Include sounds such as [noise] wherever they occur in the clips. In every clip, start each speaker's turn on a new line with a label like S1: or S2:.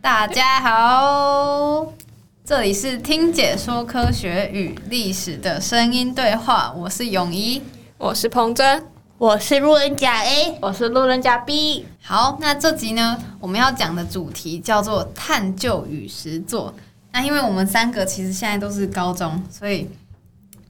S1: 大家好，这里是听解说科学与历史的声音对话，我是泳衣。
S2: 我是彭真，
S3: 我是路人甲 A，
S2: 我是路人甲 B。
S1: 好，那这集呢，我们要讲的主题叫做探究与实作。那因为我们三个其实现在都是高中，所以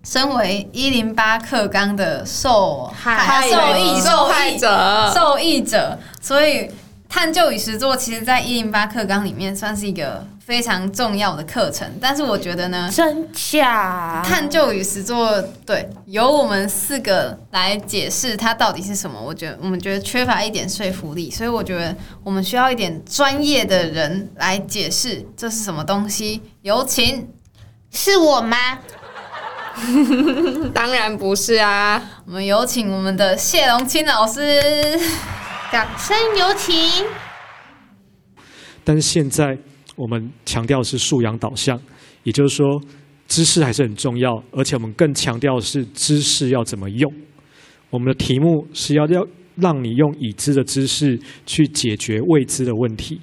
S1: 身为一零八课纲的受害受益
S2: 受害者，
S1: 受益者，所以探究与实作其实在一零八课纲里面算是一个非常重要的课程。但是我觉得呢，
S3: 真假？
S1: 探究与实作，对，由我们四个来解释它到底是什么。我觉得我们觉得缺乏一点说服力，所以我觉得我们需要一点专业的人来解释这是什么东西。有请，
S3: 是我吗？
S2: 当然不是啊！
S1: 我们有请我们的谢龙清老师。
S3: 掌声有请。
S4: 但是现在我们强调的是素养导向，也就是说，知识还是很重要，而且我们更强调的是知识要怎么用。我们的题目是要要让你用已知的知识去解决未知的问题，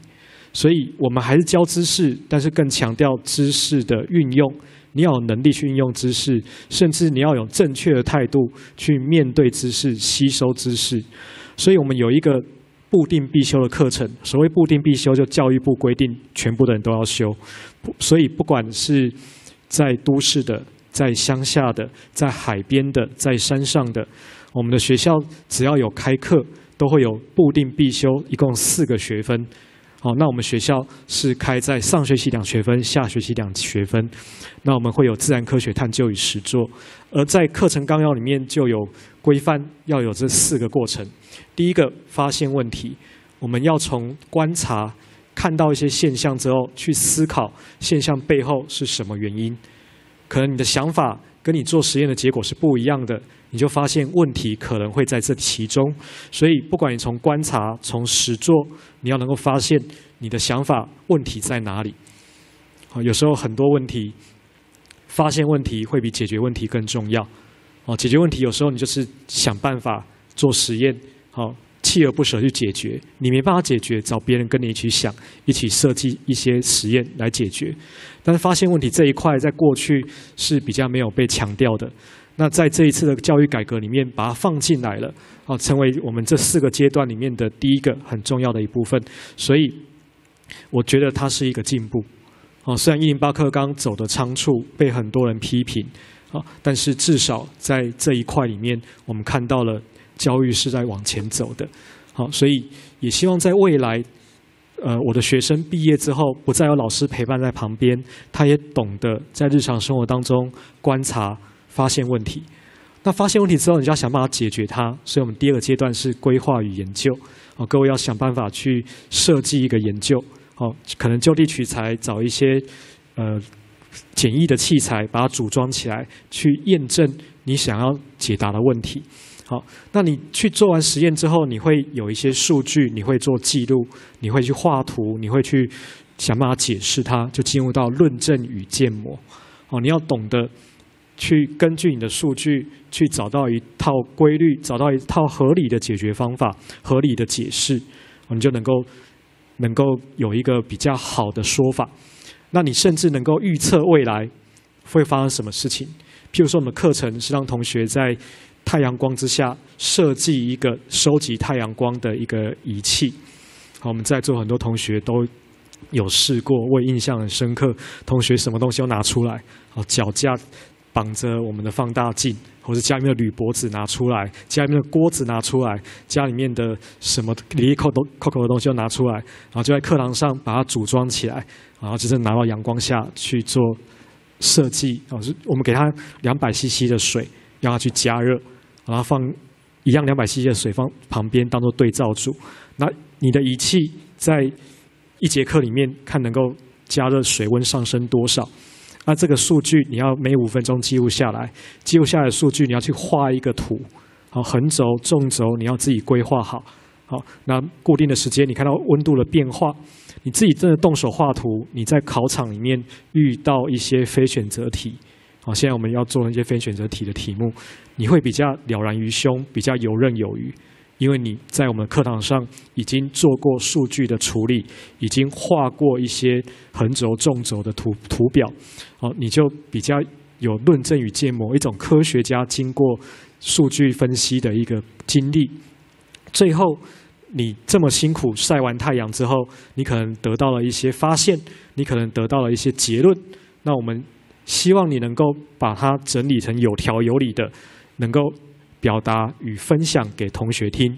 S4: 所以我们还是教知识，但是更强调知识的运用。你要有能力去运用知识，甚至你要有正确的态度去面对知识、吸收知识。所以我们有一个固定必修的课程。所谓固定必修，就教育部规定全部的人都要修。不所以不管是在都市的、在乡下的、在海边的、在山上的，我们的学校只要有开课，都会有固定必修，一共四个学分。好，那我们学校是开在上学期两学分，下学期两学分。那我们会有自然科学探究与实作，而在课程纲要里面就有规范，要有这四个过程。第一个发现问题，我们要从观察看到一些现象之后，去思考现象背后是什么原因。可能你的想法跟你做实验的结果是不一样的，你就发现问题可能会在这其中。所以，不管你从观察、从实做，你要能够发现你的想法问题在哪里。好，有时候很多问题，发现问题会比解决问题更重要。哦，解决问题有时候你就是想办法做实验，好，锲而不舍去解决。你没办法解决，找别人跟你一起想，一起设计一些实验来解决。但是发现问题这一块，在过去是比较没有被强调的。那在这一次的教育改革里面，把它放进来了，啊，成为我们这四个阶段里面的第一个很重要的一部分。所以，我觉得它是一个进步。哦，虽然一零八课纲走的仓促，被很多人批评，啊，但是至少在这一块里面，我们看到了教育是在往前走的。好，所以也希望在未来，呃，我的学生毕业之后，不再有老师陪伴在旁边，他也懂得在日常生活当中观察、发现问题。那发现问题之后，你就要想办法解决它。所以我们第二个阶段是规划与研究。哦，各位要想办法去设计一个研究。哦，可能就地取材，找一些呃简易的器材，把它组装起来，去验证你想要解答的问题。好，那你去做完实验之后，你会有一些数据，你会做记录，你会去画图，你会去想办法解释它，就进入到论证与建模。哦，你要懂得去根据你的数据去找到一套规律，找到一套合理的解决方法、合理的解释，哦你就能够能够有一个比较好的说法。那你甚至能够预测未来会发生什么事情。譬如说，我们课程是让同学在太阳光之下设计一个收集太阳光的一个仪器。好，我们在座很多同学都有试过，我也印象很深刻。同学什么东西都拿出来，好，脚架绑着我们的放大镜，或者家里面的铝箔纸拿出来，家里面的锅子拿出来，家里面的什么里里扣扣扣扣的东西都拿出来，然后就在课堂上把它组装起来，然后就是拿到阳光下去做设计。哦，是我们给它两百 CC 的水，让它去加热，然后放一样两百 CC 的水放旁边当做对照组。那你的仪器在一节课里面看能够加热水温上升多少？那这个数据你要每五分钟记录下来，记录下来的数据你要去画一个图，好，横轴、纵轴你要自己规划好。好，那固定的时间你看到温度的变化，你自己真的动手画图，你在考场里面遇到一些非选择题，好，现在我们要做那些非选择题的题目，你会比较了然于胸，比较游刃有余，因为你在我们课堂上已经做过数据的处理，已经画过一些横轴、纵轴的图图表，哦，你就比较有论证与建模一种科学家经过数据分析的一个经历。最后，你这么辛苦晒完太阳之后，你可能得到了一些发现，你可能得到了一些结论。那我们希望你能够把它整理成有条有理的，能够表达与分享给同学听。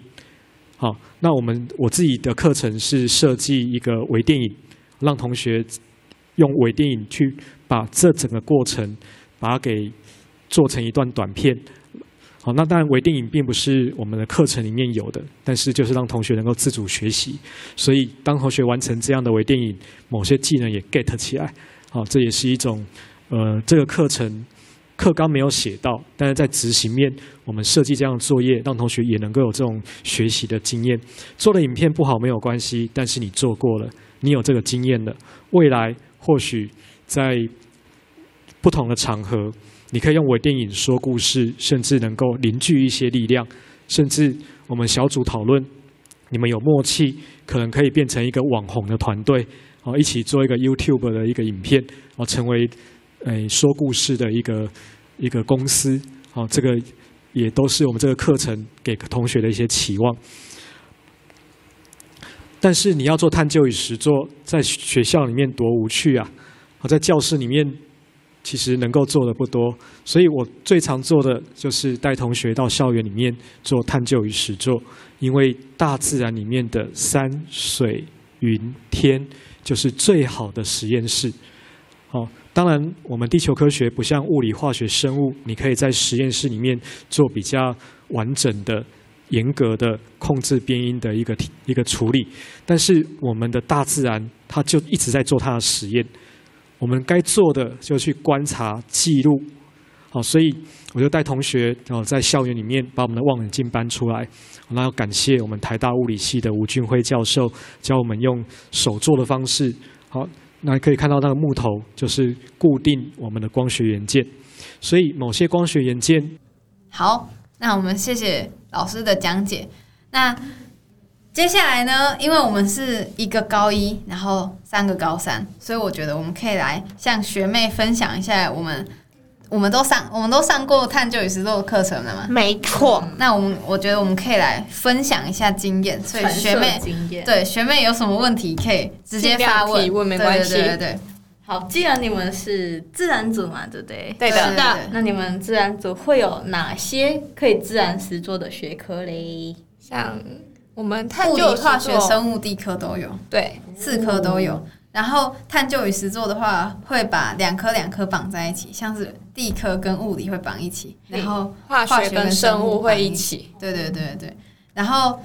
S4: 好，那我们我自己的课程是设计一个微电影，让同学用微电影去把这整个过程，把它给做成一段短片。好，那当然微电影并不是我们的课程里面有的，但是就是让同学能够自主学习。所以当同学完成这样的微电影，某些技能也 get 起来。好，这也是一种呃，这个课程课纲没有写到，但是在执行面，我们设计这样的作业，让同学也能够有这种学习的经验。做的影片不好没有关系，但是你做过了，你有这个经验了，未来或许在不同的场合，你可以用微电影说故事，甚至能够凝聚一些力量，甚至我们小组讨论，你们有默契，可能可以变成一个网红的团队。哦，一起做一个 YouTube 的一个影片，哦，成为诶说故事的一个一个公司，哦，这个也都是我们这个课程给同学的一些期望。但是你要做探究与实作，在学校里面多无趣啊！哦，在教室里面其实能够做的不多，所以我最常做的就是带同学到校园里面做探究与实作，因为大自然里面的山水云天。就是最好的实验室。好、哦，当然我们地球科学不像物理、化学、生物，你可以在实验室里面做比较完整的、严格的控制变音的一个一个处理。但是我们的大自然，它就一直在做它的实验。我们该做的就去观察、记录。好、哦，所以我就带同学哦，在校园里面把我们的望远镜搬出来。哦那要感谢我们台大物理系的吴俊辉教授，教我们用手做的方式。好，那可以看到那个木头就是固定我们的光学元件，所以某些光学元件
S1: 好，那我们谢谢老师的讲解。那接下来呢，因为我们是一个高一，然后三个高三，所以我觉得我们可以来向学妹分享一下我们。我们都上，我们都上过探究与实作的课程了嘛？
S3: 没错，
S1: 那我们我觉得我们可以来分享一下经验，所以学妹
S5: 经验
S1: 对学妹有什么问题可以直接发
S2: 尽量提问没
S1: 对
S2: 关系
S1: 对对对
S5: 好，既然你们是自然组嘛，对不对？
S2: 对
S1: 的是的
S5: 那你们自然组会有哪些可以自然实做的学科嘞？
S2: 像我们探
S1: 对，物
S2: 究
S1: 理、化学、
S2: 实作
S1: 生物、地科都有，
S2: 对
S1: 四科都
S2: 哦
S1: 有。然后探究与实作的话，会把两科两科绑在一起，像是地科跟物理会绑一起，然后
S2: 化
S1: 化学
S2: 学跟
S1: 跟
S2: 生
S1: 生
S2: 物
S1: 物
S2: 会
S1: 反
S2: 一
S1: 应
S2: 起，
S1: 对对对对，然后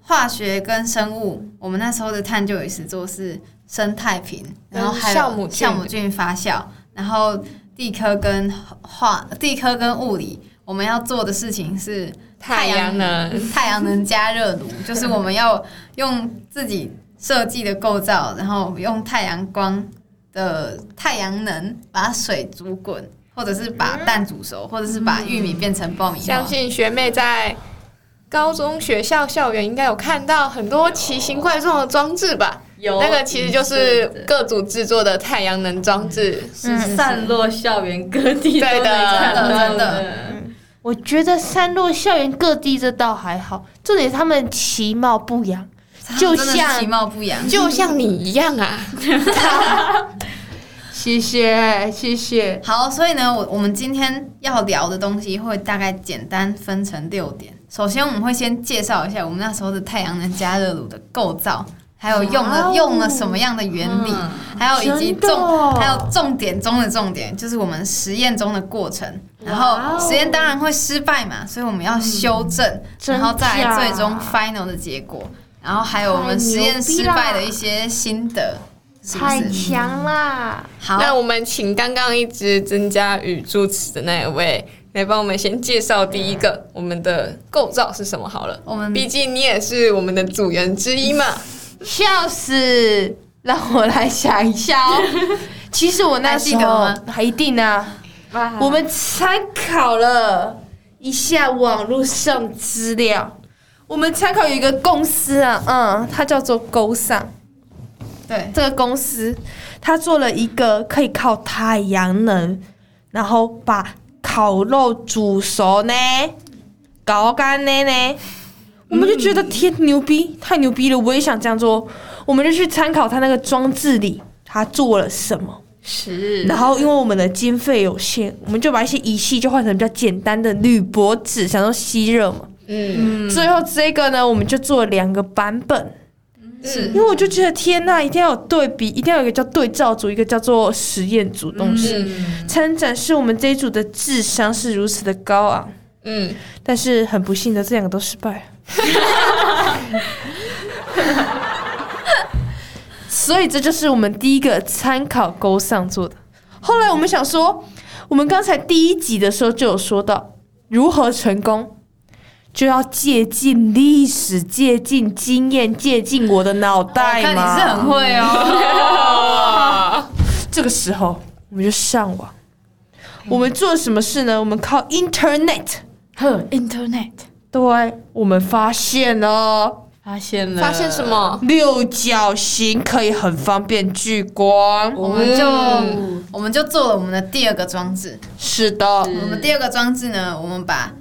S1: 化学跟生物，我们那时候的探究与实作是生态瓶，然后还有
S2: 嗯酵母菌
S1: 酵母菌发酵，然后地科跟化地科跟物理，我们要做的事情是
S2: 太阳能
S1: 太阳能加热
S2: [laughs]
S1: 炉，就是我们要用自己设计的构造，然后用太阳光的太阳能把水煮滚。或者是把蛋煮熟，或者是把玉米变成爆米花
S2: 嗯相，信学妹在高中学校校园应该有看到很多奇形怪状的装置吧？
S5: 有
S2: 那个其实就是各组制作的太阳能装置。
S5: 嗯是散落校园各地都
S2: 对的
S5: 能看到
S1: 真的真的
S3: 我觉得山落校园各地这倒还好，重点是他们其貌不扬，就
S1: 真的是
S3: 像
S1: 其貌不扬，
S2: 就像你一样啊，
S3: 谢谢谢谢。
S1: 好，所以呢，我我们今天要聊的东西会大概简单分成六点。首先，我们会先介绍一下我们那时候的太阳能加热炉的构造，还有用了、
S3: 哇哦
S1: 用了什么样的原理，
S5: 嗯
S1: 还有以及
S3: 真的哦
S1: 重还有重点中的重点，就是我们实验中的过程。然
S3: 哇
S1: 后
S3: 哦嗯
S1: 实验当然会失败嘛，所以我们要修正，
S3: 真
S1: 然后再来
S3: 假
S1: 最终 final 的结果。然后还有我们
S3: 太
S1: 实验
S3: 牛逼
S1: 失
S3: 啦
S1: 败的一些心得，是不
S3: 太
S1: 是？
S3: 强啦！
S1: 好，
S2: 那我们请刚刚一直增加语助词的那一位来帮我们先介绍第一个我们的构造是什么好了。
S1: 我们
S2: 毕竟你也是我们的组员之一嘛，
S3: 笑死！让我来想一下 [laughs] 哦。其实我那
S1: 还
S3: 时
S1: 记得
S3: 候
S1: 吗
S3: 还一定啊，我们参考了一下网络上资料，我们参考有一个公司啊，嗯，它叫做勾上。
S1: 对，
S3: 这个公司它做了一个可以靠太阳能，然后把烤肉煮熟呢，搞干呢呢。我们就觉得
S2: 嗯
S3: 天牛逼，太牛逼了！我也想这样做。我们就去参考它那个装置里，它做了什么。
S5: 是，
S3: 然后因为我们的经费有限，我们就把一些仪器就换成比较简单的铝箔纸，想说吸热嘛。
S2: 嗯，
S3: 最后这个呢，我们就做了两个版本，
S1: 是
S2: 嗯
S3: 因为我就觉得天呐，一定要有对比，一定要有一个叫对照组，一个叫做实验组的东西，
S2: 嗯
S3: 才能展示我们这一组的智商是如此的高昂。
S2: 嗯，
S3: 但是很不幸的，这两个都失败了。所以这就是我们第一个参考勾上做的。后来我们想说，我们刚才第一集的时候就有说到，如何成功，就要借鉴历史、借鉴经验、借鉴我的脑
S1: 我
S3: 袋
S1: 哦看你
S3: 嘛。
S1: 是很会哦。
S3: 这个时候，我们就上网。我们做什么事呢？我们靠 Internet。
S5: 呵，Internet
S3: 对，我们发现了。
S5: 发现了，
S2: 发现什？么？
S3: 六角形可以很方便聚光。
S1: 我们
S2: 嗯
S1: 就我们就做了我们的第二个装置。
S3: 是的，
S1: 我们第二个装置呢，我们把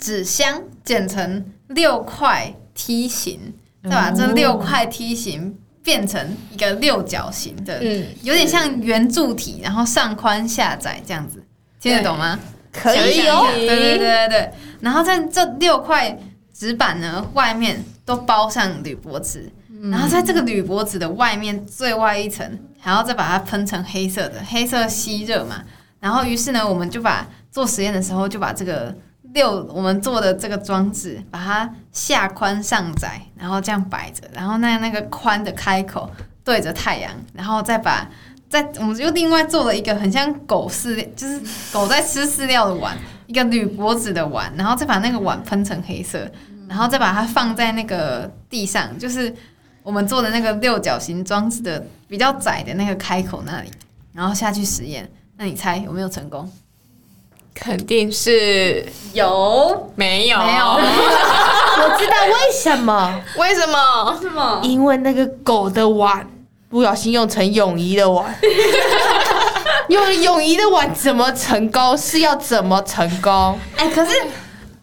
S1: 纸箱剪成六块梯形，再把这六块梯形变成一个六角形的，
S2: 嗯
S1: 有点像圆柱体，然后上宽下窄这样子，听得懂吗？
S3: 可
S2: 以哦
S1: 对对对对对。然后在这六块纸板呢外面都包上铝箔纸，然后在这个铝箔纸的外面最外一层，还要再把它喷成黑色的，黑色吸热嘛。然后于是呢，我们就把做实验的时候就把这个六我们做的这个装置，把它下宽上窄，然后这样摆着，然后那那个宽的开口对着太阳，然后再把。再，我们又另外做了一个很像狗饲料，就是狗在吃饲料的碗，一个铝箔纸的碗，然后再把那个碗喷成黑色，
S5: 嗯
S1: 然后再把它放在那个地上，就是我们做的那个六角形装置的比较窄的那个开口那里，然后下去实验。那你猜有没有成功？
S2: 肯定是
S5: 有
S2: 没有，
S1: 没有，
S3: 我知道为什么，
S2: 为什么？
S5: 什么？
S3: 因为那个狗的碗不小心用成泳衣的碗。用泳衣的碗怎么成功？是要怎么成功？
S1: 哎、可是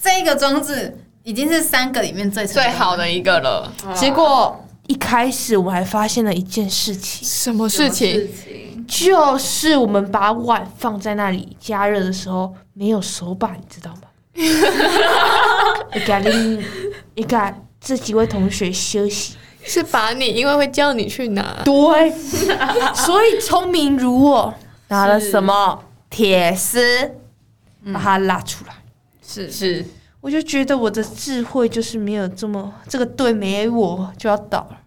S1: 这个装置已经是三个里面最成功
S2: 最
S1: 的
S2: 好的一个了，
S3: 结果一开始我还发现了一件事情，
S2: 什么事情？
S5: 情？
S3: 就是我们把碗放在那里加热的时候没有手把，你知道 [laughs] 吗？一个另一个这几位同学休息。
S2: 是把你，因为会叫你去拿。
S3: 对，所以聪明如我拿了什么铁丝，把它拉出来。
S1: 是
S5: 是
S3: 嗯我就觉得我的智慧就是没有这么，这个队没我就要倒了。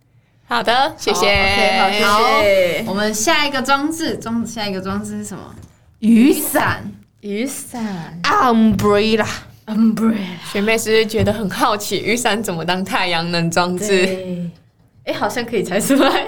S2: 好的，谢谢。
S5: ，OK，好，哎谢谢。
S1: 我们下一个装置，装下一个装置是什么？
S3: 雨
S1: 伞。
S5: 雨伞
S3: umbrella，
S5: ，umbrella，
S2: 学妹是不是觉得很好奇，雨伞怎么当太阳能装置？
S5: 对，哎，好像可以猜出来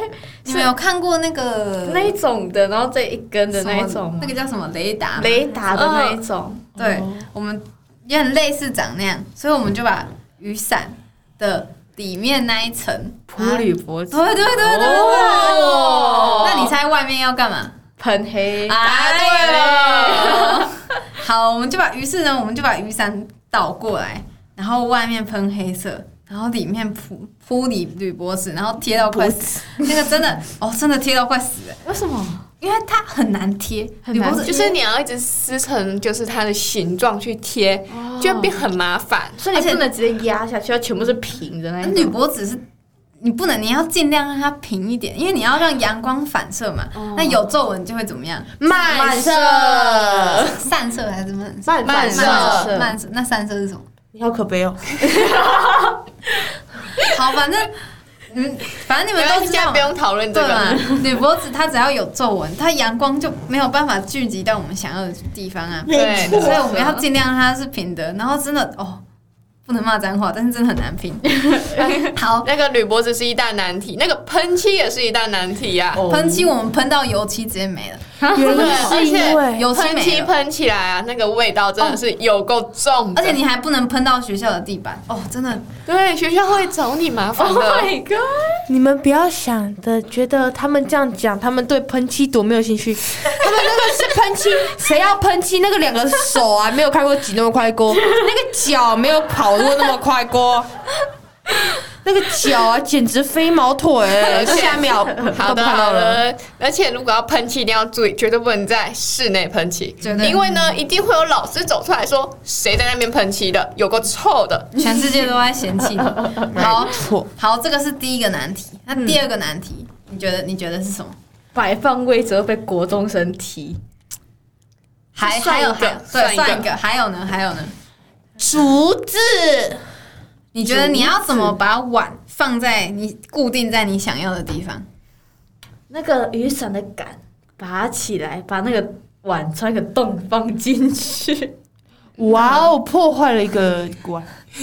S1: 你们有看过那个
S5: 那一种的，然后这一根的
S1: 什么
S5: 那一种吗哦
S1: 那，个叫什么雷达吗？
S5: 雷达的那一种，
S1: 对，我们也很类似长那样，所以我们就把雨伞的里面那一层
S5: 普铝箔纸
S1: 对对对对对对。
S2: 哦
S1: 哦那你猜外面要干嘛？
S5: 喷黑，
S1: 答
S2: 对了。
S1: [laughs] 好，我们就把于是呢，我们就把雨伞倒过来，然后外面喷黑色，然后里面铺铺铝铝箔纸，然后贴到快死。那个真的哦，真的贴到快死了，
S5: 为什么？
S1: 因为它很难贴，
S5: 很难
S1: 铝箔纸
S2: 就是你要一直撕成就是它的形状去贴，就会变很麻烦。
S5: 所以你
S1: 而且
S5: 不能直接压下去，要全部是平的那一
S1: 啊铝
S5: 种。
S1: 箔纸是，你不能，你要尽量让它平一点，因为你要让阳光反射嘛。那有皱纹就会怎么样？
S3: 慢
S5: 色
S3: 射，
S1: 散射还是慢射？
S5: 慢
S2: 慢
S5: 射
S1: 慢
S5: 射
S1: 慢射，那散射是什么？
S3: 你好可悲哦。
S1: 好，反正嗯，反正你们
S2: 没
S1: 都
S2: 关系
S1: 知
S2: 现在
S1: 道
S2: 不
S1: 嘛。
S2: 用讨论这
S1: 对嘛
S2: 个。？
S1: 铝箔纸它只要有皱纹，它阳光就没有办法聚集到我们想要的地方啊。
S2: 对
S1: 所以我们要尽量让它是平的，然后真的哦，不能骂脏话，但是真的很难拼。好，
S2: 那个铝箔纸是一大难题，那个喷漆也是一大难题呀、啊。
S1: 喷漆我们喷到油漆直接没了，
S3: 原
S2: 对
S3: 因是因
S2: 而
S3: 为
S1: 油漆
S2: 喷
S1: 没
S2: 漆
S1: 了，
S2: 喷起来啊，那个味道真的是有够重的、
S1: 而且你还不能喷到学校的地板哦，真的
S2: 对学校会找你麻烦
S5: Oh
S2: [laughs] 的。
S5: my god！
S3: 你们不要想的觉得他们这样讲，他们对喷漆多没有兴 [laughs] 趣。他们那个是喷漆， [laughs] 谁要喷漆？那个两个手啊，没有开过挤那么快过，那个脚没有跑过那么快过，那个脚啊，简直飞毛 [laughs] 腿、下秒
S2: 好的，
S3: 都看到
S2: 好
S3: 了。
S2: 的。而且如果要喷漆，一定要注意，绝对不能在室内喷漆
S1: 绝对，
S2: 因为呢，一定会有老师走出来说谁在那边喷漆的，有个臭的。
S1: [laughs] 全世界都在嫌弃
S2: [laughs]
S1: 你。好
S3: 错，
S1: 好，这个是第一个难题。那
S2: 嗯
S1: 第二个难题，你觉得你觉得是什么？
S5: 摆放位置会被国中生踢，
S1: 还
S2: 算
S1: 还有
S2: 一个
S1: 还有对，
S2: 算一个
S1: 算一个，还有呢，还有呢？
S3: 竹子，
S1: 你觉得你要怎么把碗放在你固定在你想要的地方？
S5: 那个雨伞的杆拔起来，把那个碗穿个洞放进去。
S3: 哇哦，破坏了一个关，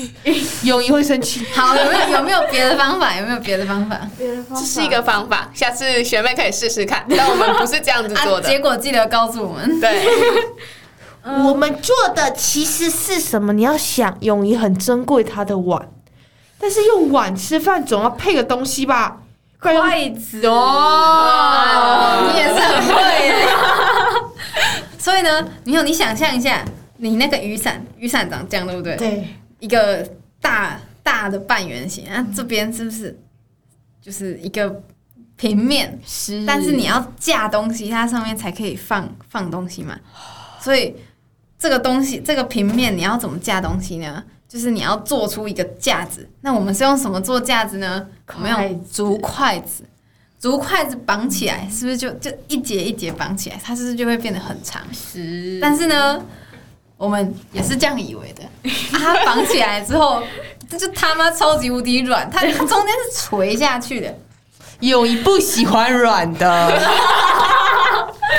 S3: [laughs] 泳衣会生气。
S1: 好，有没有有没有别的方法？有没有别的方法？
S2: 这是一个方法，下次学妹可以试
S1: [laughs]
S2: 试看。但我们不是这样子做
S1: 啊，
S2: 的，
S1: 结果记得告诉我们。
S2: 对，
S3: 我们做的其实是什么？你要想，泳衣很珍贵它的碗，但是用碗吃饭总要配个东西吧？快用
S5: 筷子
S1: 哦， [laughs] 你也是很会耶。 [laughs] 所以呢，你有你想象一下，你那个雨伞，雨伞长这样对不对？
S5: 对，
S1: 一个大大的半圆形，啊，这边是不是就是一个平面？
S5: 是
S1: 但是你要架东西，它上面才可以放放东西嘛。所以这个东西，这个平面你要怎么架东西呢？就是你要做出一个架子。那我们是用什么做架子呢？我们
S5: 筷
S1: 用
S5: 子
S1: 竹筷子，竹筷子绑起来，是不是就就一节一节绑起来？它是不是就会变得很长？
S5: 是
S1: 但是呢，我们也是这样以为的。啊、它绑起来之后，这就他妈超级无敌软，它中间是垂下去
S5: [laughs]
S1: 的。
S3: 泳衣不喜欢软的，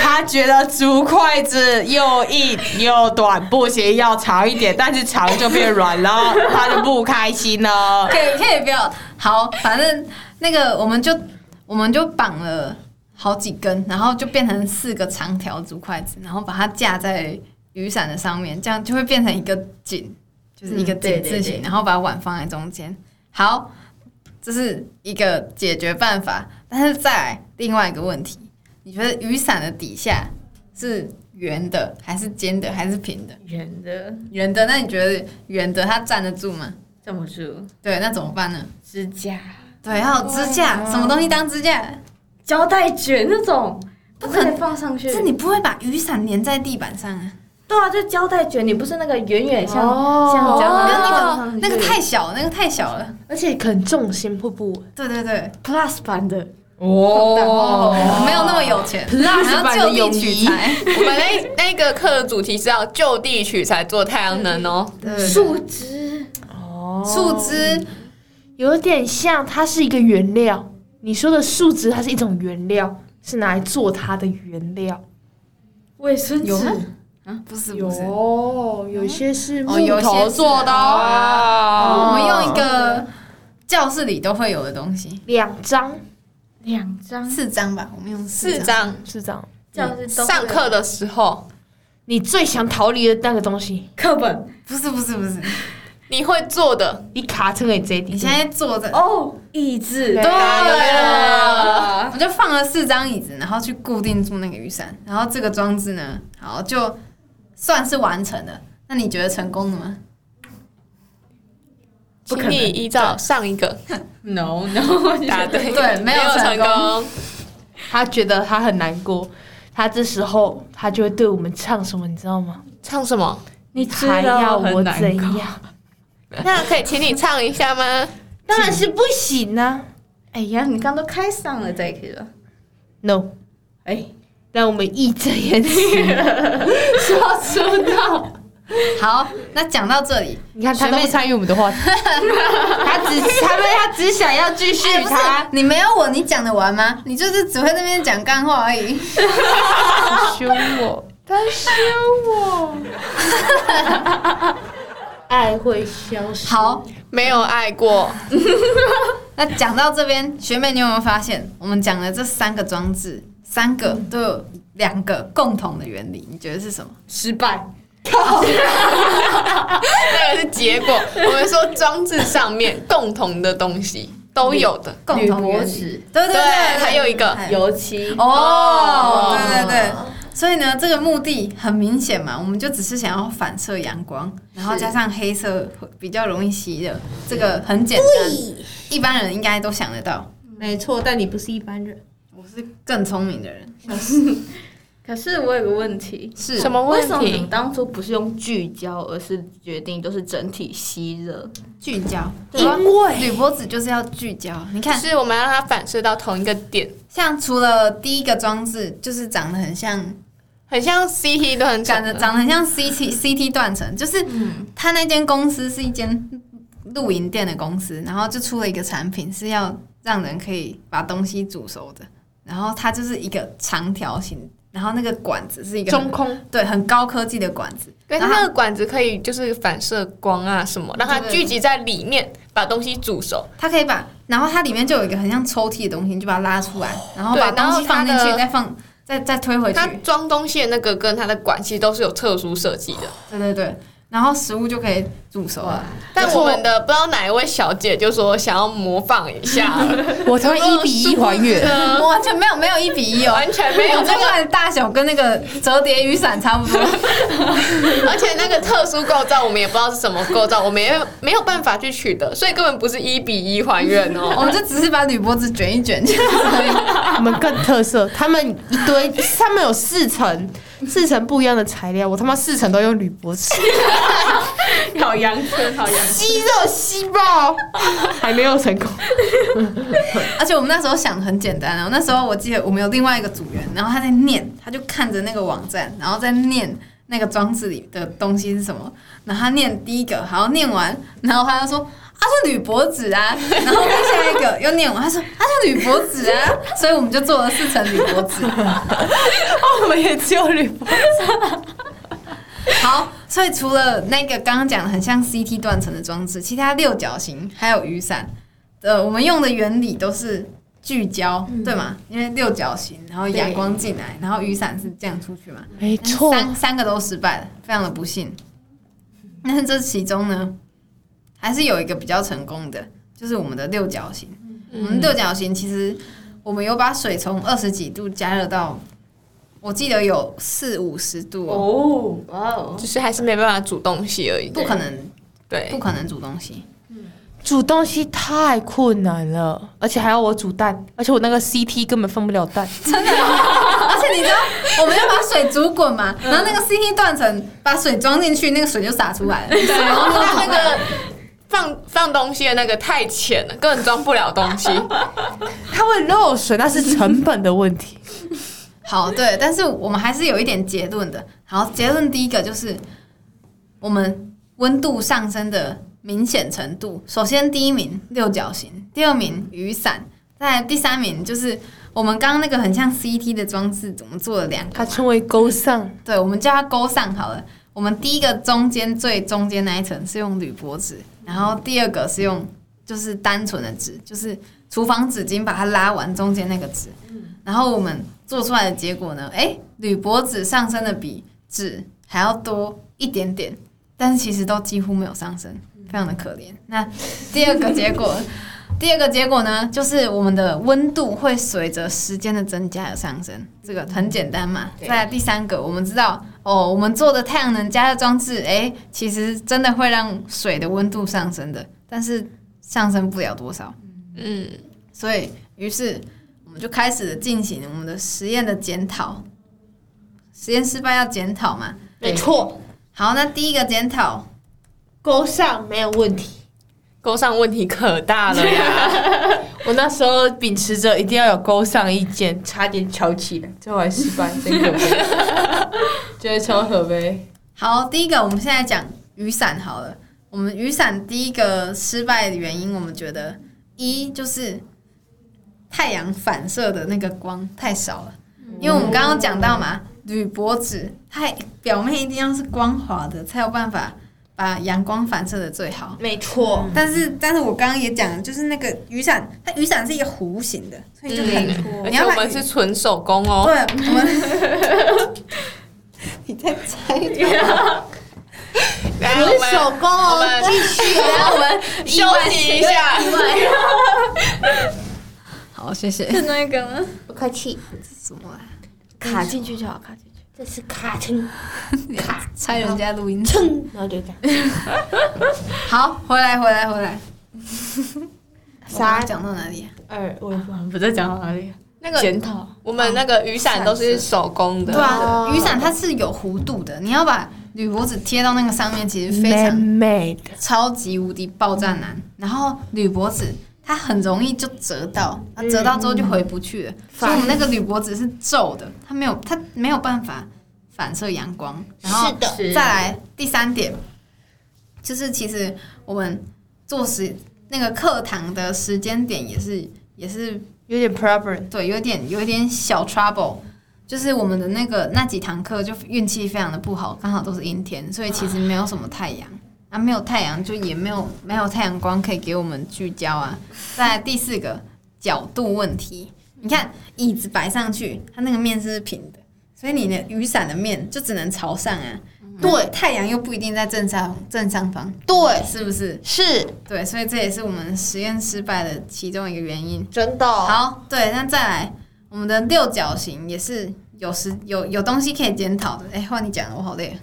S3: 他觉得竹筷子又硬又短，不行要长一点，但是长就变软了，他就不开心了。
S1: 可以可以不要好，反正那个我们就我们就绑了好几根，然后就变成四个长条竹筷子，然后把它架在雨伞的上面，这样就会变成一个井，就是一个井
S5: 嗯对
S1: 字
S5: 对
S1: 形，
S5: 对
S1: 然后把碗放在中间。好，这是一个解决办法，但是再来另外一个问题，你觉得雨伞的底下是圆的还是尖的还是平的？
S5: 圆的，
S1: 圆的，那你觉得圆的它站得住吗？
S5: 站不住，
S1: 对，那怎么办呢？
S5: 支架、
S1: 对，还有支架，什么东西当支架？
S5: 胶带卷那种，
S1: 不可能
S5: 以放上去
S1: 是你不会把雨伞粘在地板上啊？
S5: 对啊，就胶带卷，你不是那个远远像
S3: 哦
S5: 像胶带
S1: 那
S5: 放
S1: 个
S5: 上去
S1: 那个太小，那个太小了。
S3: 而且可能重心会不稳
S1: 对对对，
S5: plus 版的，
S1: 哦，没有那么有钱，然后就地取材，
S2: 我们
S1: [laughs]
S2: 那那个课的主题是要就地取材做太阳能哦。
S1: 树
S5: 树枝，
S1: 树枝，
S3: 有点像它是一个原料。你说的树脂，它是一种原料，是拿来做它的原料。
S5: 卫生纸
S1: 有吗不是不是，
S3: 有，有些是
S1: 哦有
S3: 木
S1: 些
S3: 头
S1: 是
S3: 做的哦，
S1: 我
S2: 哇
S1: 们用一个教室里都会有的东西，
S3: 两张
S5: 两张，
S1: 四张吧，我们用
S2: 四
S1: 四张。
S2: 张，
S3: 是这样。
S5: 这样是都会有
S2: 上课的时候
S3: 你最想逃离的那个东西，
S5: 课本
S1: 不是不是不是，
S2: 你会做的。
S3: 你卡成给这
S1: 你
S3: 底
S1: 现在坐着，
S5: 哦，椅子
S3: 对
S2: 了，
S1: 我就放了四张椅子，然后去固定住那个雨伞，然后这个装置呢，好就算是完成了。那你觉得成功了吗？
S3: 不可
S2: 请
S3: 能
S2: 你依照上一个
S5: ，no no，
S2: 答对，
S1: [laughs] 对没有成
S2: 成
S1: 功
S2: 功。
S3: 他觉得他很难过，他这时候他就会对我们唱什么，你知道吗？
S2: 唱什么？
S5: 你知
S3: 还要
S5: 道
S3: 我
S5: 很难
S3: 怎
S5: 搞
S3: 样？
S2: 那可以请你唱一下吗？
S3: 当然是不行啊
S5: 哎呀，你刚都开嗓了，再以了。
S3: ，no。
S5: 哎，
S3: 让我们义正言辞。
S5: 说出道，
S1: 好，那讲到这里，
S3: 你看
S1: 他
S3: 他
S1: 都
S3: 都
S1: 不
S3: 不参与我们的话题， [laughs] 他只他们他只想要继续
S1: 哎不是
S3: 他。
S1: 你没有我，你讲得完吗？你就是只会在那边讲干话而已。 [laughs]
S3: 凶我，他凶我。
S5: 爱会消失。
S1: 好，
S2: 没有爱过，
S1: 那讲到这边，学妹，你有没有发现，我们讲的这三个装置，三个都有两个共同的原理？你觉得是什么？
S2: 失败。那个是结果。我们说装置上面共同的东西都有的，
S1: 共同
S5: 铝箔
S1: 原
S5: 纸
S1: 理，对对哎
S2: 对还有一个
S1: 还
S5: 油漆
S1: 哦
S2: 哦，
S1: 对对对。所以呢，这个目的很明显嘛，我们就只是想要反射阳光，然后加上黑色会比较容易吸热，这个很简单，一般人应该都想得到。
S3: 没错，但你不是一般人。
S1: 我是更聪明的人，
S5: 可是我有个问题，
S1: 是
S2: 什么
S5: 为
S2: 问
S5: 什么你
S2: 题？
S5: 当初不是用聚焦，而是决定都是整体吸热？
S1: 聚焦？
S5: 因
S1: 为铝箔纸就是要聚焦。你看，
S2: 是我们要让它反射到同一个点，
S1: 像除了第一个装置，就是长得很像，
S2: 很像 CT 都很
S1: 长
S2: 长
S1: 得
S2: 的，
S1: 长得很像
S2: [laughs]
S1: CT CT 断层，就是
S2: 嗯
S1: 他那间公司是一间露营店的公司，然后就出了一个产品是要让人可以把东西煮熟的，然后它就是一个长条形，然后那个管子是一个
S2: 中空。
S1: 对很高科技的管子，
S2: 对，它
S1: 然后
S2: 那个管子可以就是反射光啊什么，让它
S1: 对对对
S2: 聚集在里面，把东西煮熟。
S1: 它可以把，然后它里面就有一个很像抽屉的东西，你就把它拉出来，然后把
S2: 对然
S1: 东
S2: 后
S1: 西放进
S2: 它
S1: 去，
S2: 的
S1: 再放再再推回去
S2: 它，装东西的那个跟它的管其实都是有特殊设计的。
S1: 对对对，然后食物就可以煮熟了。
S2: 但我们的不知道哪一位小姐就说想要模仿一 [laughs] 下，
S3: 我才会一比一还
S1: [laughs]
S3: 原。
S2: 呃
S1: 完全没有没有一比一哦，
S2: 完全没有
S1: 我这个
S2: 这
S1: 大小跟那个折叠雨伞差不多，
S2: 个，而且那个特殊构造我们也不知道是什么构造，我们也没有办法去取得，所以根本不是一比一还原
S1: 我
S2: 哦。
S1: 们就只是把铝箔纸卷一卷这样子而
S3: 我们更特色，他们一堆，他们有四层，四层不一样的材料，我他妈四层都用铝箔纸，
S5: 好阳春，好阳
S3: 吸肉吸爆，还没有成功。
S1: 已。而且我们那时候想的很简单哦，那时候我记得我们有另外一个组员，然后他在念，他就看着那个网站，然后在念。那个装置里的东西是什么？然后他念第一个，好像念完，然后他就说：“啊，是铝箔纸啊。”然后再下一个又念完，他说：“啊，是铝箔纸啊。” [laughs] 所以我们就做了四层铝箔纸。
S3: 哦我们也只有铝箔，
S1: [laughs] 好，所以除了那个刚刚讲的很像 CT 断层的装置，其他六角形还有雨伞，呃，我们用的原理都是聚焦，对吗？因为六角形，然后阳光进来，然后雨伞是这样出去嘛，
S6: 嗯
S3: 没
S1: 但是三三个都失败了，非常的不幸。但是这其中呢，还是有一个比较成功的，就是我们的六角形。我们六角形其实我们有把水从二十几度加热到，我记得有四五十度哦
S5: 哦，哇
S2: [laughs]
S5: 哦，
S2: 就是还是没办法煮东西而已，
S1: 不可能，
S2: 对
S1: 不可能煮东西。
S3: 煮东西太困难了，而且还要我煮蛋，而且我那个 CT 根本分不了蛋，
S1: 而且你知道，我们要把水煮滚嘛，然后那个 CT 断层把水装进去，那个水就洒出来了。
S2: 对，然后它那个放放东西的那个太浅了，根本装不了东西。
S3: 它会漏水，那是成本的问题。
S1: 好，对，但是我们还是有一点结论的。好，结论第一个就是我们温度上升的明显程度。首先，第一名六角形，第二名雨伞，再来第三名就是我们刚刚那个很像 CT 的装置，我们做了两个
S3: 它称为勾上，
S1: 对，我们叫它勾上好了。我们第一个中间最中间那一层是用铝箔纸，然后第二个是用就是单纯的纸，就是厨房纸巾把它拉完中间那个纸。然后我们做出来的结果呢，诶，铝箔纸上升的比纸还要多一点点，但是其实都几乎没有上升，非常的可怜。那第二个结果，第二个结果呢，就是我们的温度会随着时间的增加而上升，这个很简单嘛。再来第三个，我们知道哦，我们做的太阳能加热装置，诶，其实真的会让水的温度上升的，但是上升不了多少。
S2: 嗯，
S1: 所以，于是我们就开始进行我们的实验的检讨。实验失败要检讨嘛？
S3: 没错，
S1: 好，那第一个检讨，
S3: 勾上没有问题。
S2: 勾上问题可大了呀！
S3: 我那时候秉持着一定要有勾上一件，差点翘起来，最后还失败，真 [laughs] 可悲，觉得超可悲。
S1: 好，第一个我们现在讲雨伞好了。我们雨伞第一个失败的原因，我们觉得一就是太阳反射的那个光太少了，因为我们刚刚讲到嘛，铝箔纸它表面一定要是光滑的，才有办法把阳光反射的最好。
S3: 没错，
S1: 但是，但是我刚刚也讲了，就是那个雨伞，它雨伞是一个弧形的，所以就很
S2: 嗯
S1: 多。
S2: 而
S1: 你
S2: 且
S1: 要
S2: 我
S1: 把
S2: 们是纯手工哦，
S1: 对，我们
S3: [laughs]
S1: 你在猜
S2: 然后我们
S1: 手工
S2: 我
S1: 哦
S2: 们，
S1: 继续
S2: 然后我们休息一下，
S1: 好，谢谢。
S5: 那个呢？
S6: 不客气，
S1: 什么啊？
S5: 卡进去就好，卡进去。
S6: 这是卡通，
S1: 拆人家录音机。
S6: 蹭，然后就这样。
S1: [laughs] 好，回来，回来，回
S6: [laughs]
S1: 来。
S3: 啥
S1: 我刚讲到哪里啊？
S5: 二，我我们不在讲到哪里？
S2: 那个
S5: 检讨。
S2: 我们那个雨伞都是手工的，
S1: 对啊，雨伞它是有弧度的，你要把铝箔纸贴到那个上面，其实非
S3: 美
S1: 常
S3: 美的，
S1: 超级无敌爆炸难。然后铝箔纸它很容易就折到，它折到之后就回不去
S6: 嗯
S1: 了。所以我们那个铝箔纸是皱的，它没有它没有办法反射阳光。然后
S6: 是的
S1: 再来第三点，就是其实我们做时那个课堂的时间点也是也是
S3: 有点 problem。
S1: 对，有点有一点小 trouble，就是我们的那个那几堂课就运气非常的不好，刚好都是阴天，所以其实没有什么太阳。啊，没有太阳就也没有没有太阳光可以给我们聚焦啊。再来第四个角度问题，你看椅子摆上去，它那个面是平的，所以你的雨伞的面就只能朝上啊。对，太阳又不一定在正上正上方，
S3: 对，
S1: 是不是？
S3: 是
S1: 对，所以这也是我们实验失败的其中一个原因。
S3: 真的。
S1: 好，对，那再来，我们的六角形也是有时有有东西可以检讨的。哎、换你讲了，我好累。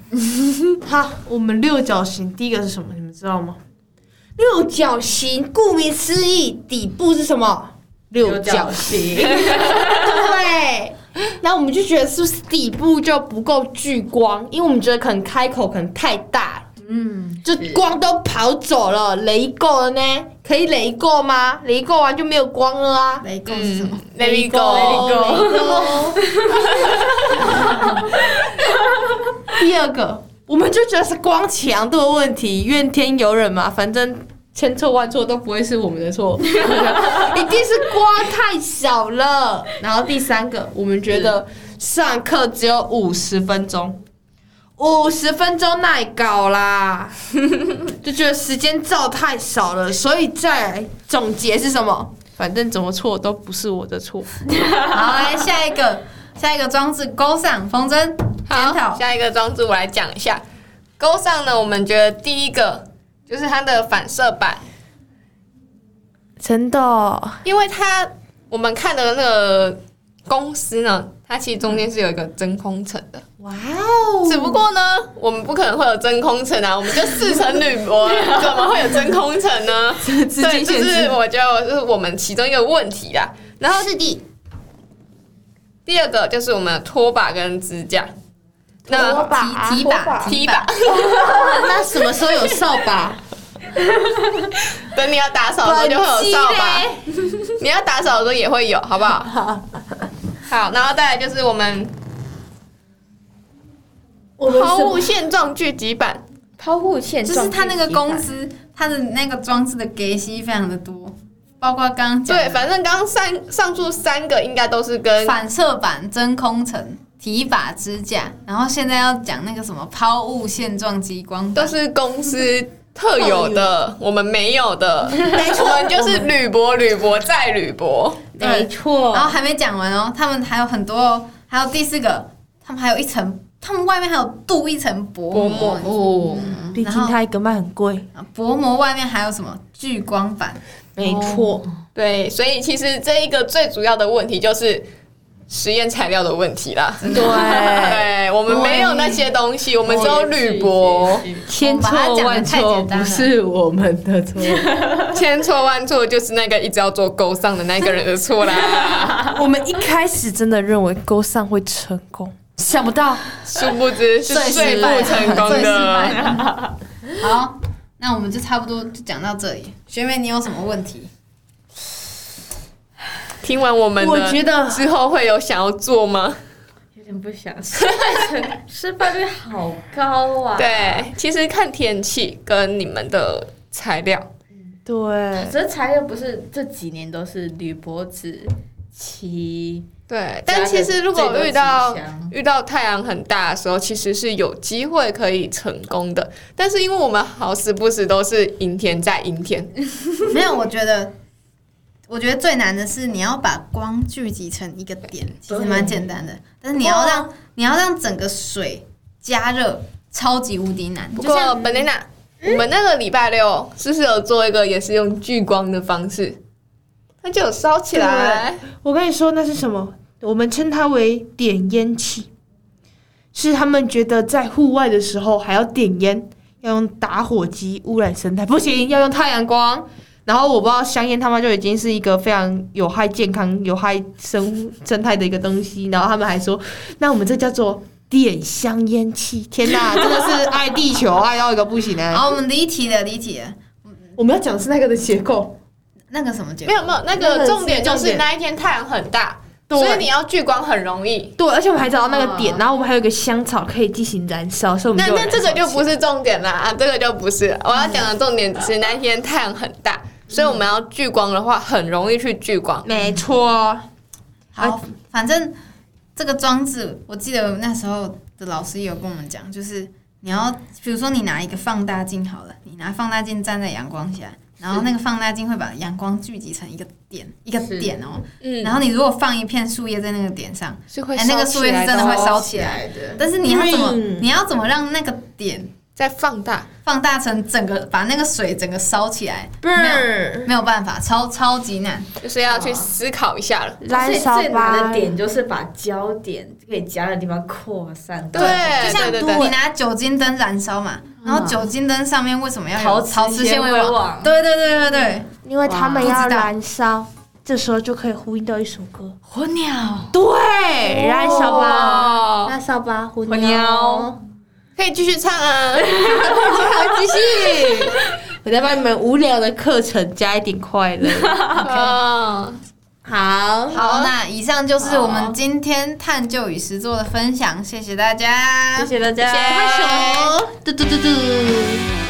S3: 好，嗯我们六角形第一个是什么？你们知道吗？
S6: 六角形，顾名思义，底部是什么？
S3: 六角形。
S5: 形。
S6: [laughs] 对，然后我们就觉得是不是底部就不够聚光，因为我们觉得可能开口可能太大了，嗯，就光都跑走了，雷够了呢？可以雷够吗？雷够完就没有光了啊。
S1: 雷公是什么？
S2: 嗯，Let it go，
S5: Let it go
S3: [laughs] 第二个，我们就觉得是光强度的问题，怨天尤人嘛，反正
S6: 千错万错都不会是我们
S2: [laughs]
S6: 的错，一定是瓜太小了。然后第三个，我们觉得
S3: 上课只有五十分钟，五十分钟耐
S2: [laughs]
S3: 搞啦，就觉得时间照太少了，所以再来总结是什么？反正怎么错都不是我的错。
S2: 嗯
S1: 好，来下一个，下一个装置勾上风筝检
S2: 好，
S1: 讨。
S2: 下一个装置我来讲一下。钩上呢，我们觉得第一个就是它的反射板，
S3: 真的、
S2: 因为它我们看的那个公司呢，它其实中间是有一个真空层的。
S6: 哇哦，
S2: 只不过呢，我们不可能会有真空层啊，我们就四层铝
S6: [laughs]
S2: 箔，啊
S6: 啊
S2: 怎么会有真空层呢？对，这是我觉得是我们其中一个问题啦。然后
S6: 是的，
S2: 第二个就是我们的拖把跟支架，那
S6: 拖把
S1: 提提把，
S2: 提把，
S6: [laughs] 那什么时候有扫把？
S2: [laughs] 等你要打扫的时候就会有扫把， [laughs] 你要打扫的时候也会有，好不好？好，然后再来就是我们
S5: 我们
S2: 抛
S5: 什
S2: 物
S5: 么
S2: 线状聚集板，
S5: 抛物线
S1: 就
S5: 状
S1: 是它那个
S5: 聚集
S1: 公
S5: 法
S1: 司，它的那个装置的给息非常的多，包括刚刚讲
S2: 对，
S1: 的
S2: 反正刚刚三上述三个应该都是跟
S1: 反射板、真空层、提把支架，然后现在要讲那个什么抛物线状激光板
S2: 都是公司特有的，我们没有的，我们就是铝箔、铝箔再铝箔。
S6: 没错
S1: 然，后还没讲完哦，他们还有很多哦，还有第四个，他们还有一层，他们外面还有镀一层薄膜
S2: 哦，
S1: 嗯
S3: 毕竟
S1: 然后
S3: 它一个卖很贵，
S1: 薄膜外面还有什么聚光板？
S3: 没错。
S2: 对，所以其实这一个最主要的问题就是实验材料的问题啦。
S3: 对，
S2: 对，我们没有那些东西，我们只有铝箔，
S1: 千错万错不是
S6: 我们的错。
S2: 千错万错就是那个一直要做勾上的那个人的错啦。
S3: 我们一开始真的认为勾上会成功，想不到
S2: 殊不知是最不成功
S1: 最失败
S2: 的。
S1: 的。好，那我们就差不多就讲到这里。学妹，你有什么问题？
S2: 听完我们的，
S3: 我觉得
S2: 之后会有想要做吗？
S5: 有点不想，失败成失败率好
S2: [laughs]
S5: 高啊！，
S2: 对，其实看天气跟你们的材料，
S3: 对
S5: 这材料不是这几年都是铝箔纸七，
S2: 对，
S5: 加
S2: 但
S5: 个
S2: 其实如
S5: 最
S2: 果
S5: 多
S2: 遇到
S5: 几箱
S2: 遇到太阳很大的时候，其实是有机会可以成功的。但是因为我们好死不死都是阴天再阴天，
S1: [laughs] 没有，我觉得，我觉得最难的是你要把光聚集成一个点，其实蛮简单的，但是你要让你要让整个水加热，超级无敌难。
S2: 不
S1: 就
S2: 过
S1: 像
S2: banana，、我们那个礼拜六是适合做一个也是用聚光的方式，它就有烧起来。
S3: 我跟你说那是什么？我们称它为点烟器，是他们觉得在户外的时候还要点烟，要用打火机污染生态，不行，要用太阳光。然后我不知道香烟他妈就已经是一个非常有害健康、有害生物生态的一个东西，然后他们还说，那我们这叫做点香烟器。天哪，真的是爱地球爱到一个不行哎、
S1: 好，我们离题了，离题了。
S3: 我们要讲的是那个的结构，
S1: 那个什么节目
S2: 没有没有，那
S3: 那个
S2: 个
S3: 是
S2: 重点就
S3: 重
S2: 是
S3: 点
S2: 那一天太阳很大，
S3: 对
S2: 所以你要聚光很容易。
S3: 对，而且我们还找到那个点，然后我们还有一个香草可以进行燃烧，所以我们
S2: 那
S3: 就有
S2: 那这个
S3: 燃烧
S2: 就
S3: 器
S2: 不是重点啦啊，这个就不是了。我要讲的重点只是那天太阳很大，所以我们要聚光的话，很容易去聚光。
S3: 没错，哎
S1: 好，反正这个装置，我记得那时候的老师也有跟我们讲，就是你要，比如说你拿一个放大镜好了，你拿放大镜站在阳光下，然后那个放大镜会把阳光聚集成一个点，一个
S5: 是
S1: 点哦、
S2: 嗯
S1: 然后你如果放一片树叶在那个点上，
S2: 是会
S1: 哎那个树
S2: 哦
S1: 叶是真的会烧起来
S5: 的。
S1: 但是你要怎么，
S3: 嗯
S1: 你要怎么让那个点
S2: 再放大，
S1: 放大成整个，把那个水整个烧起来？没有，没有办法，超超级难。
S2: 就是要去思考一下了。
S3: 燃
S5: 最
S3: 烧
S5: 最难
S3: 吧
S5: 的。点就是把焦点可以加的地方扩散到。
S2: 对
S1: 就像啊
S2: 对对对
S1: 你拿酒精灯燃烧嘛，然后酒精灯上面为什么要有
S5: 陶瓷
S1: 陶瓷纤维
S5: 纤维
S1: 网
S5: 网？
S1: 对对对对对，
S3: 因为他们
S1: 哇
S3: 要
S1: 不知道
S3: 燃烧，这时候就可以呼应到一首歌，
S1: 火鸟，
S3: 对，燃烧吧，
S2: 哦，
S3: 燃烧吧，火
S5: 火
S3: 鸟
S5: 鸟，
S2: 可以继续唱啊！
S3: 好继续。我在帮你们无聊的课程加一点快乐。
S2: 哦，
S3: 好，
S1: 好，那以上就是我们今天探究与实作的分享，谢谢大家，
S5: 谢谢大家，
S3: 拍手，嘟嘟嘟嘟。